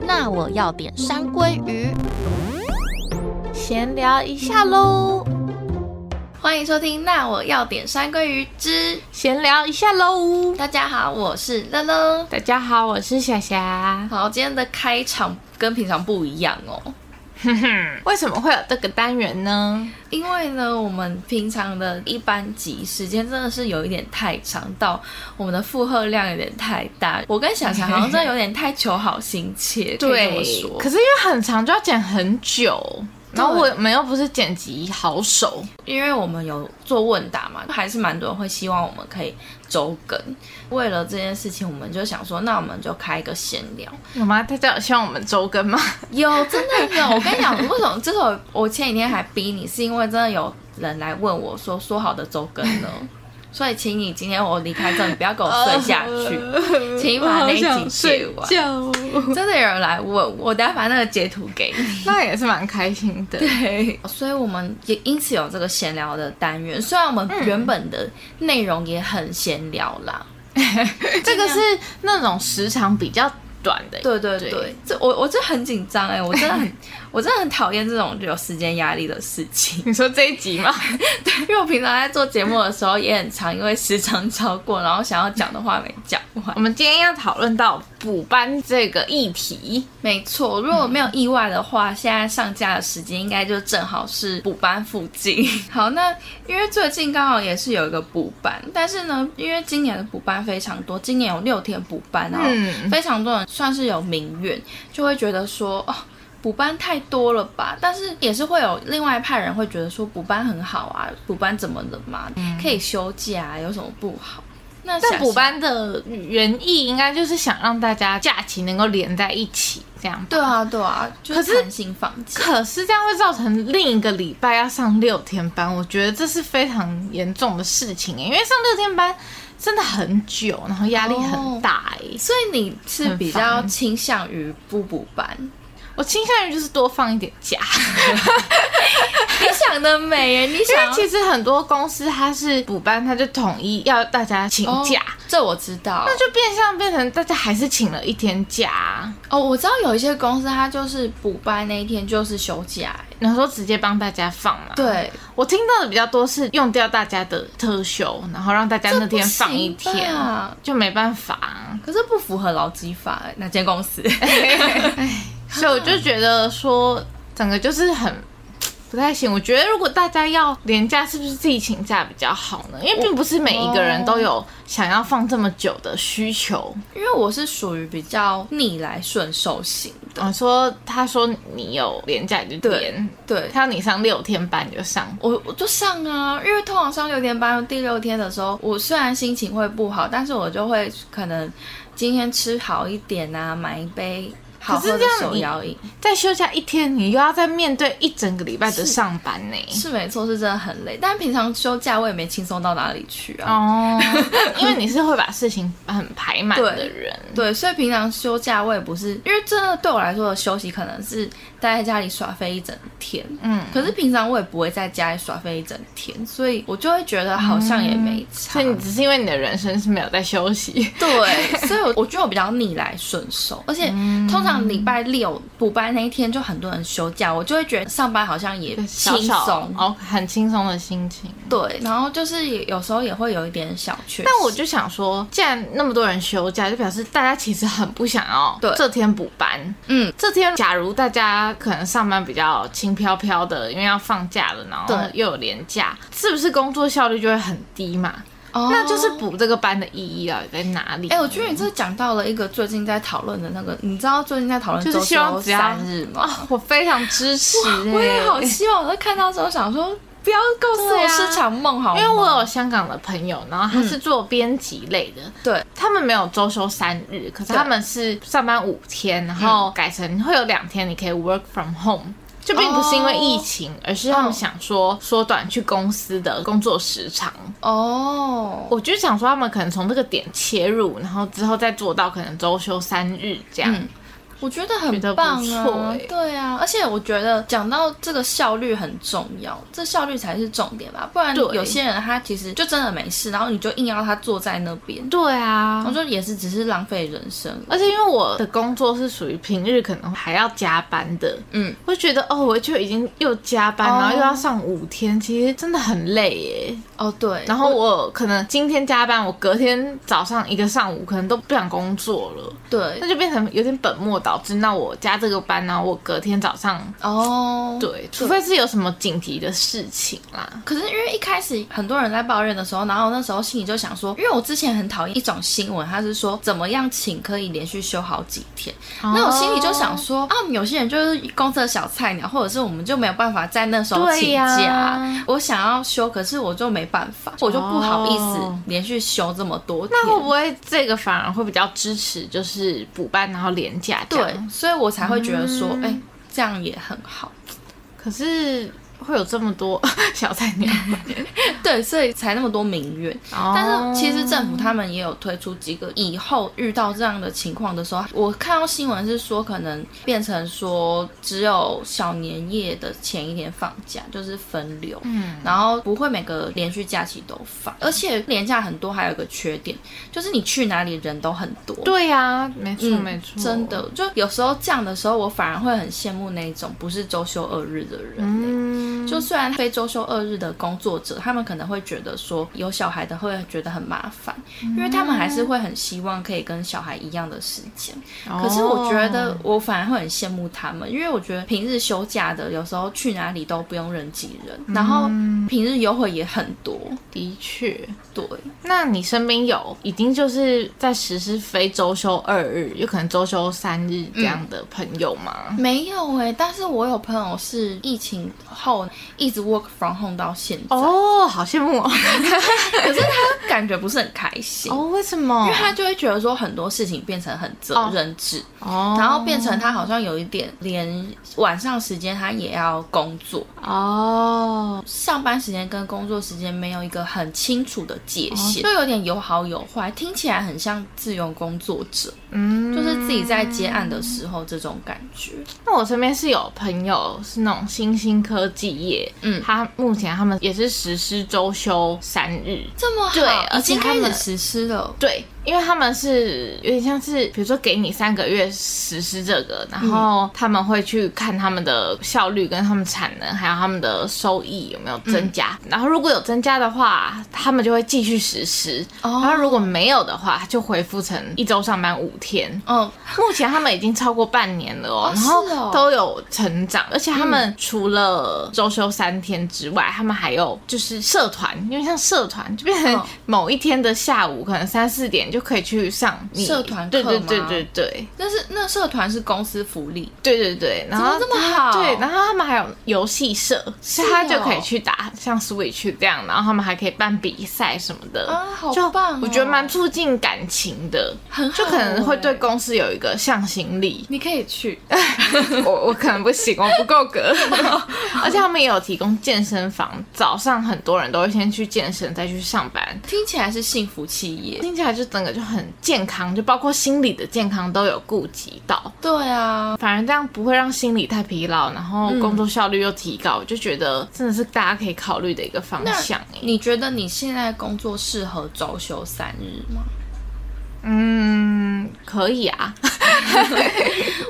那我要点三鲑鱼。闲聊一下喽，欢迎收听《那我要点山鲑鱼之闲聊一下喽》。。大家好，我是乐乐。大家好，我是霞霞。好，今天的开场跟平常不一样哦，为什么会有这个单元呢？因为呢，我们平常的一班集时间真的是有一点太长，到我们的负荷量有点太大。我跟想想好像真的有点太求好心切，可以这么说。可是因为很长就要剪很久，然后对我们又不是剪辑好手，因为我们有做问答嘛，还是蛮多人会希望我们可以周更。为了这件事情，我们就想说，那我们就开一个闲聊。有吗？大家有希望我们周更 吗？有，真的有。我跟你讲，为什么这首我前几天还逼你，是因为真的有人来问我说，说好的周更呢？所以，请你今天我离开之后，你不要给我睡下去，请你把那一集睡完。觉，真的有人来问，我等下把那个截图给你。那也是蛮开心的。对，所以我们也因此有这个闲聊的单元。虽然我们原本的内容也很闲聊啦，这个是那种时长比较短的，对对对，对这我我真的很紧张哎，我真的很 我真的很讨厌这种有时间压力的事情。你说这一集吗？ 因为我平常在做节目的时候也很长，因为时长超过，然后想要讲的话没讲完 我。们今天要讨论到补班这个议题，没错，如果没有意外的话，现在上架的时间应该就正好是补班附近。 好，那因为最近刚好也是有一个补班，但是呢，因为今年的补班非常多，今年有六天补班，然后嗯非常多人算是有民怨，就会觉得说哦。补班太多了吧？但是也是会有另外一派人会觉得说补班很好啊，补班怎么了嘛？可以休假、啊，有什么不好？那嗯但想补班的原意应该就是想让大家假期能够连在一起，这样。对啊对啊，就可是弹性放假。可是这样会造成另一个礼拜要上六天班，我觉得这是非常严重的事情耶，因为上六天班真的很久，然后压力哦很大哎、所以你是比很较烦倾向于不补班？我倾向于就是多放一点假， 你想的美耶！你因为想其实很多公司它是补班，它就统一要大家请假，哦这我知道。那就变相变成大家还是请了一天假，哦，我知道有一些公司它就是补班那一天就是休假耶。然后说直接帮大家放嘛。对，我听到的比较多是用掉大家的特休，然后让大家那天放一这不行啊天吧，就没办法、啊可是不符合劳基法耶，哪间公 司？所以我就觉得说，整个就是很不太行。我觉得如果大家要廉假，是不是自己请假比较好呢？因为并不是每一个人都有想要放这么久的需求。因为我是属于比较逆来顺受型的。我哦说，他说你有廉假你就连，对，他要你上六天班你就上。我我就上啊，因为通常上六天班，第六天的时候，我虽然心情会不好，但是我就会可能今天吃好一点啊，买一杯好喝可是的这样手你摇饮，再休假一天，你又要再面对一整个礼拜的上班呢、是没错，是真的很累。但平常休假我也没轻松到哪里去啊。哦， 因为你是会把事情很排满的人，对，所以平常休假我也不是，因为真的对我来说的休息可能是待在家里耍飞一整天，嗯，可是平常我也不会在家里耍飞一整天，所以我就会觉得好像也没差。嗯所以你只是因为你的人生是没有在休息。对，所以我我觉得我比较逆来顺受，而且嗯通常礼拜六补班那一天就很多人休假，我就会觉得上班好像也轻小松。小哦，很轻松的心情。对，然后就是也有时候也会有一点小缺失。但我就想说，既然那么多人休假，就表示大家其实很不想要对这天补班。嗯，这天假如大家可能上班比较轻飘飘的，因为要放假了，然后对又有连假，是不是工作效率就会很低嘛？哦那就是补这个班的意义到底在哪里？哎、我觉得你这讲到了一个最近在讨论的那个，你知道最近在讨论就是周希望休只要三日吗？啊、我非常支持、欸。我也好希望，我在看到之后想说，不要告诉对我啊是场梦好吗？因为我有香港的朋友，然后他是做编辑类的，对他们没有周休三日，可是对嗯他们是上班五天，然后改成会有两天你可以 work from home。就并不是因为疫情而是他哦们想说缩短去公司的工作时长。哦，我就想说，他们可能从这个点切入，然后之后再做到可能周休三日这样。嗯我觉得觉得很不棒错啊欸，对啊，而且我觉得讲到这个效率很重要，这效率才是重点吧，不然对有些人他其实就真的没事，然后你就硬要他坐在那边，对啊我，说也是只是浪费人生，而且因为我的工作是属于平日可能还要加班的，嗯，我就觉得哦，我就已经又加班，哦然后又要上五天，其实真的很累耶。哦对，然后我可能今天加班，我隔天早上一个上午可能都不想工作了，对那就变成有点本末倒置。那我加这个班，然后我隔天早上。哦，对，除非是有什么紧急的事情啦。可是因为一开始很多人在抱怨的时候，然后那时候心里就想说，因为我之前很讨厌一种新闻，他是说怎么样请可以连续休好几天，哦那我心里就想说，啊，有些人就是公司的小菜鸟，或者是我们就没有办法在那时候请对呀假，我想要休，可是我就没办法，我就不好意思哦连续休这么多天。那会不会这个反而会比较支持，就是补班然后连假这样对，所以我才会觉得说，嗯哎、这样也很好。可是会有这么多 小菜鸟 吗，对，所以才那么多民怨。但是哦其实政府他们也有推出几个，以后遇到这样的情况的时候，我看到新闻是说，可能变成说只有小年夜的前一天放假，就是分流，嗯，然后不会每个连续假期都放，而且连假很多还有一个缺点，就是你去哪里人都很多，对呀、没错、嗯，没错，真。的，就有时候这样的时候，我反而会很羡慕那种不是周休二日的人、欸嗯，就虽然非周休二日的工作者，他们可能会觉得说有小孩的会觉得很麻烦，因为他们还嗯是会很希望可以跟小孩一样的时间。哦可是我觉得我反而会很羡慕他们，因为我觉得平日休假的有时候去哪里都不用人挤人，然后嗯平日优惠也很多。的确，对，那你身边有已经就是在实施非周休二日，有可能周休三日这样的朋友吗？没有哎、但是我有朋友是疫情后一直 work from home 到现在，哦，好羡慕哦！可是他感觉不是很开心。 哦，为什么因为？他就会觉得说很多事情变成很责任制，哦，然后变成他好像有一点连晚上时间他也要工作，哦，上班时间跟工作时间没有一个很清楚的界限，哦就有点有好有坏，听起来很像自由工作者，嗯，就是自己在接案的时候这种感觉。那我身边是有朋友是那种新兴科技业，嗯他目前他们也是实施周休三日，这么好，对而已且经他开们始实施了。对，因为他们是有点像是，比如说给你三个月实施这个，然后他们会去看他们的效率、跟他们产能，还有他们的收益有没有增加。然后如果有增加的话，他们就会继续实施；哦然后如果没有的话，就恢复成一周上班五天。嗯，目前他们已经超过半年了哦哦，然是后哦嗯都有成长，而且他们除了周休三天之外，他们还有就是社团，因为像社团就变成哦某一天的下午，可能三四点就可以去上你社团对课对吗对对对但是那社团是公司福利，对对对，然怎么后这么好？对，然后他们还有游戏社，所以是他就可以哦去打像 Switch 这样，然后他们还可以办比赛什么的啊好就棒我觉得哦蛮促进感情的，很好就可能会对欸公司有一个向心力。你可以去。 我我可能不行，我不够格。 而且他们也有提供健身房，早上很多人都会先去健身，再去上班。听起来是幸福企业。听起来就整个就很健康，就包括心理的健康都有顾及到。对啊，反而这样不会让心理太疲劳，然后工作效率又提高，我就觉得真的是大家可以考虑的一个方向欸。你觉得你现在工作适合周休三日吗？嗯，可以 啊。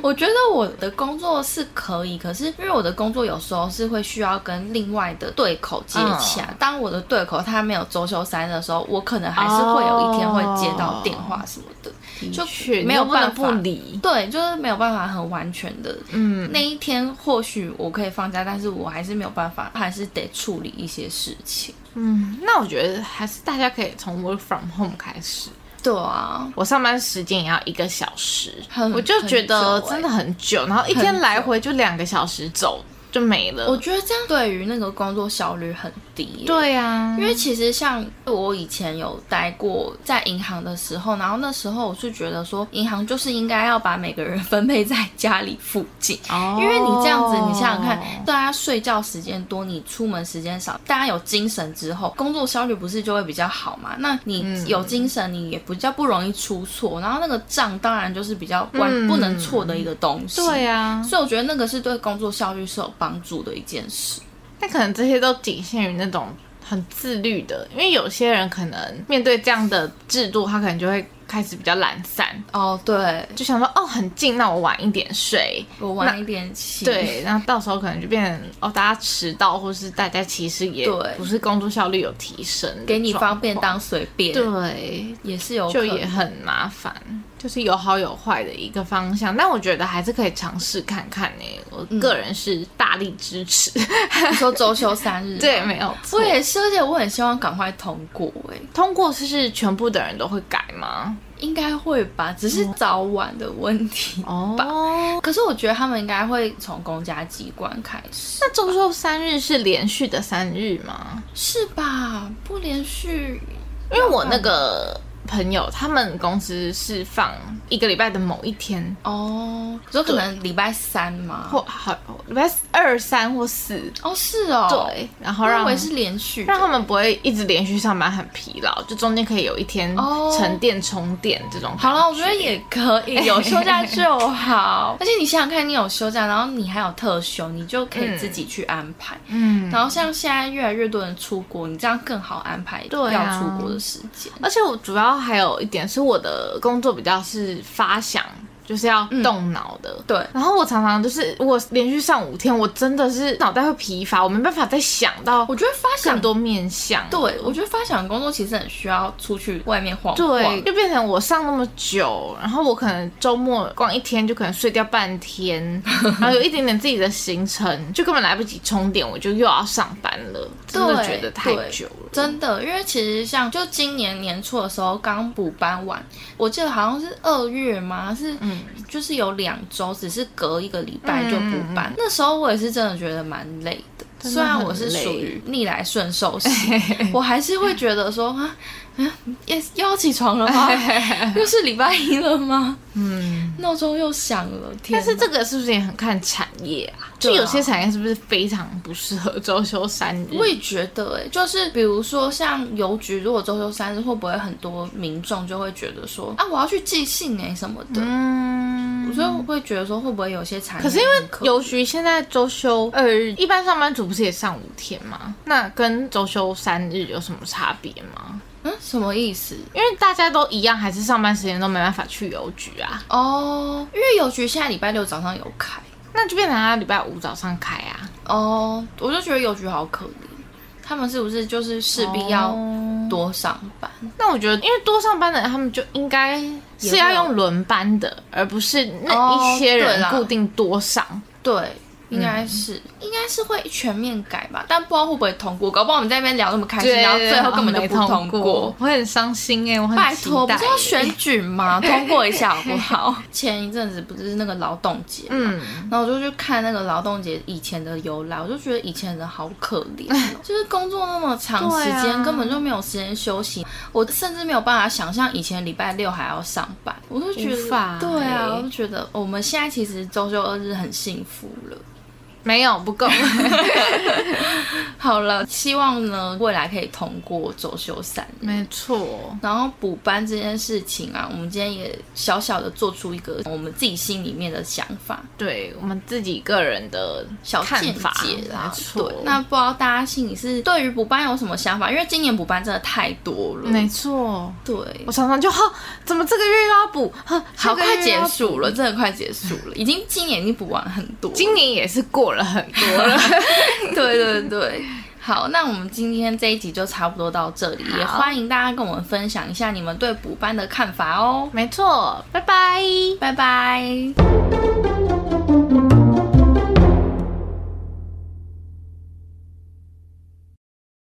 我觉得我的工作是可以，可是因为我的工作有时候是会需要跟另外的对口接洽。当我的对口他没有周休三日的时候，我可能还是会有一天会接到电话什么的，就去没有你又不能办法不理。对，就是没有办法很完全的。嗯，那一天或许我可以放假，但是我还是没有办法，还是得处理一些事情。嗯，那我觉得还是大家可以从 work from home 开始。对啊，我上班时间也要一个小时很，我就觉得很久欸真的很久，然后一天来回就两个小时走就没了。我觉得这样对于那个工作效率很啊低耶。对呀、因为其实像我以前有待过在银行的时候，然后那时候我是觉得说，银行就是应该要把每个人分配在家里附近，哦因为你这样子，你想想看，大家睡觉时间多，你出门时间少，大家有精神之后，工作效率不是就会比较好嘛？那嗯你有精神，你也比较不容易出错，然后那个账当然就是比较完、嗯不能错的一个东西。对、啊呀、所以我觉得那个是对工作效率是有帮助的一件事。但可能这些都仅限于那种很自律的，因为有些人可能面对这样的制度，他可能就会开始比较懒散，哦，对，就想说哦很近，那我晚一点睡。我晚一点起。对，然后到时候可能就变成哦，大家迟到，或是大家其实也对不是工作效率有提升的状况，给你方便当随便，对，也是有可就能也很麻烦，就是有好有坏的一个方向。但我觉得还是可以尝试看看呢、我嗯个人是大力 支持，你说周休三日， 对，，没有错我。也是，而且我很希望赶快通过、哎，通过是全部的人都会改吗？应该会吧，只是早晚的问题。哦，可是我觉得他们应该会从公家机关开始，那周休三日是连续的三日吗？是吧？不连续，因为我那个朋友他们公司是放一个礼拜的某一天，哦，你说可能礼拜三嘛？或好礼拜二三或四，哦，是哦，，对，然后我以让为是连续的，让他们不会一直连续上班很疲劳，就中间可以有一天哦沉淀充电这种。好了，我觉得也可 以，有休假就好。而且你想想看，你有休假，然后你还有特休，你就可以自己去安排。嗯，然后像现在越来越多人出国，你这样更好安排对啊要出国的时间。而且我主要还有一点是我的工作比较是发想，就是要动脑的。对然后我常常就是我连续上五天，我真的是脑袋会疲乏，我没办法再想到我觉得发想更，多面向。对我觉得发想的工作其实很需要出去外面晃晃。对，就变成我上那么久，然后我可能周末逛一天就可能睡掉半 天，然后有一点点自己的行程，就根本来不及充电，我就又要上班了，真的对觉得太对久了。真的，因为其实像就今年年初的时候刚补班完，我记得好像是二月嘛，是嗯，就是有两周，只是隔一个礼拜就补嗯班。那时候我也是真的觉得蛮累的，的虽然我是很累属于逆来顺受 型，我还是会觉得说啊，嗯也又要起床了 吗？又是礼拜一了吗？嗯，闹钟又响了，天但哪！是这个是不是也很看产业啊？就有些产业是不是非常不适合周休三日？我也觉得、欸，就是比如说像邮局，如果周休三日，会不会很多民众就会觉得说啊，我要去寄信哎、什么的，嗯，所以我会觉得说会不会有些产业可是因很为可邮局现在周休二日，嗯一般上班族不是也上五天吗？那跟周休三日有什么差别吗？嗯什么意思？因为大家都一样，还是上班时间都没办法去邮局啊，哦，因为邮局现在礼拜六早上有开那就变成他礼拜五早上开啊。哦，我就觉得邮局好可怜，他们是不是就是势必要哦多上班？那我觉得，因为多上班的人，他们就应该是要用轮班的，而不是那一些哦对人啦固定多上。对。应嗯该是，应该是会全面改吧，但不知道会不会通过。搞不好我们在那边聊那么开心，然后最后根本就啊没不通过。，我很伤心哎、我很拜期托，不待是要选举 吗？通过一下好不好？ 前一阵子不是那个劳动节，嗯，嗯，然后我就去看那个劳动节以前的由来，我就觉得以前人好可怜哦， 就是工作那么长时对间，啊根本就没有时间休息，我甚至没有办法想象以前礼拜六还要上班，我就觉无得法，对啊，欸我就觉得我们现在其实周休二日很幸福了。没有不够。好了，希望呢未来可以通过周休三日。 没错，然后补班这件事情啊，我们今天也小小的做出一个我们自己心里面的想法、对我们自己个人的小看见法，解啦没。错对，，那不知道大家心里是对于补班有什么想法？因为今年补班真的太多了，没错。对，我常常就哈，怎么这个月又要补？哈，好下个月快又结要补。束了，真的快结束 了，已经今年已经补完很多了，今年也是过了很多了，对对对。好，那我们今天这一集就差不多到这里，也好欢迎大家跟我们分享一下你们对补班的看法哦。没错，拜拜。拜拜。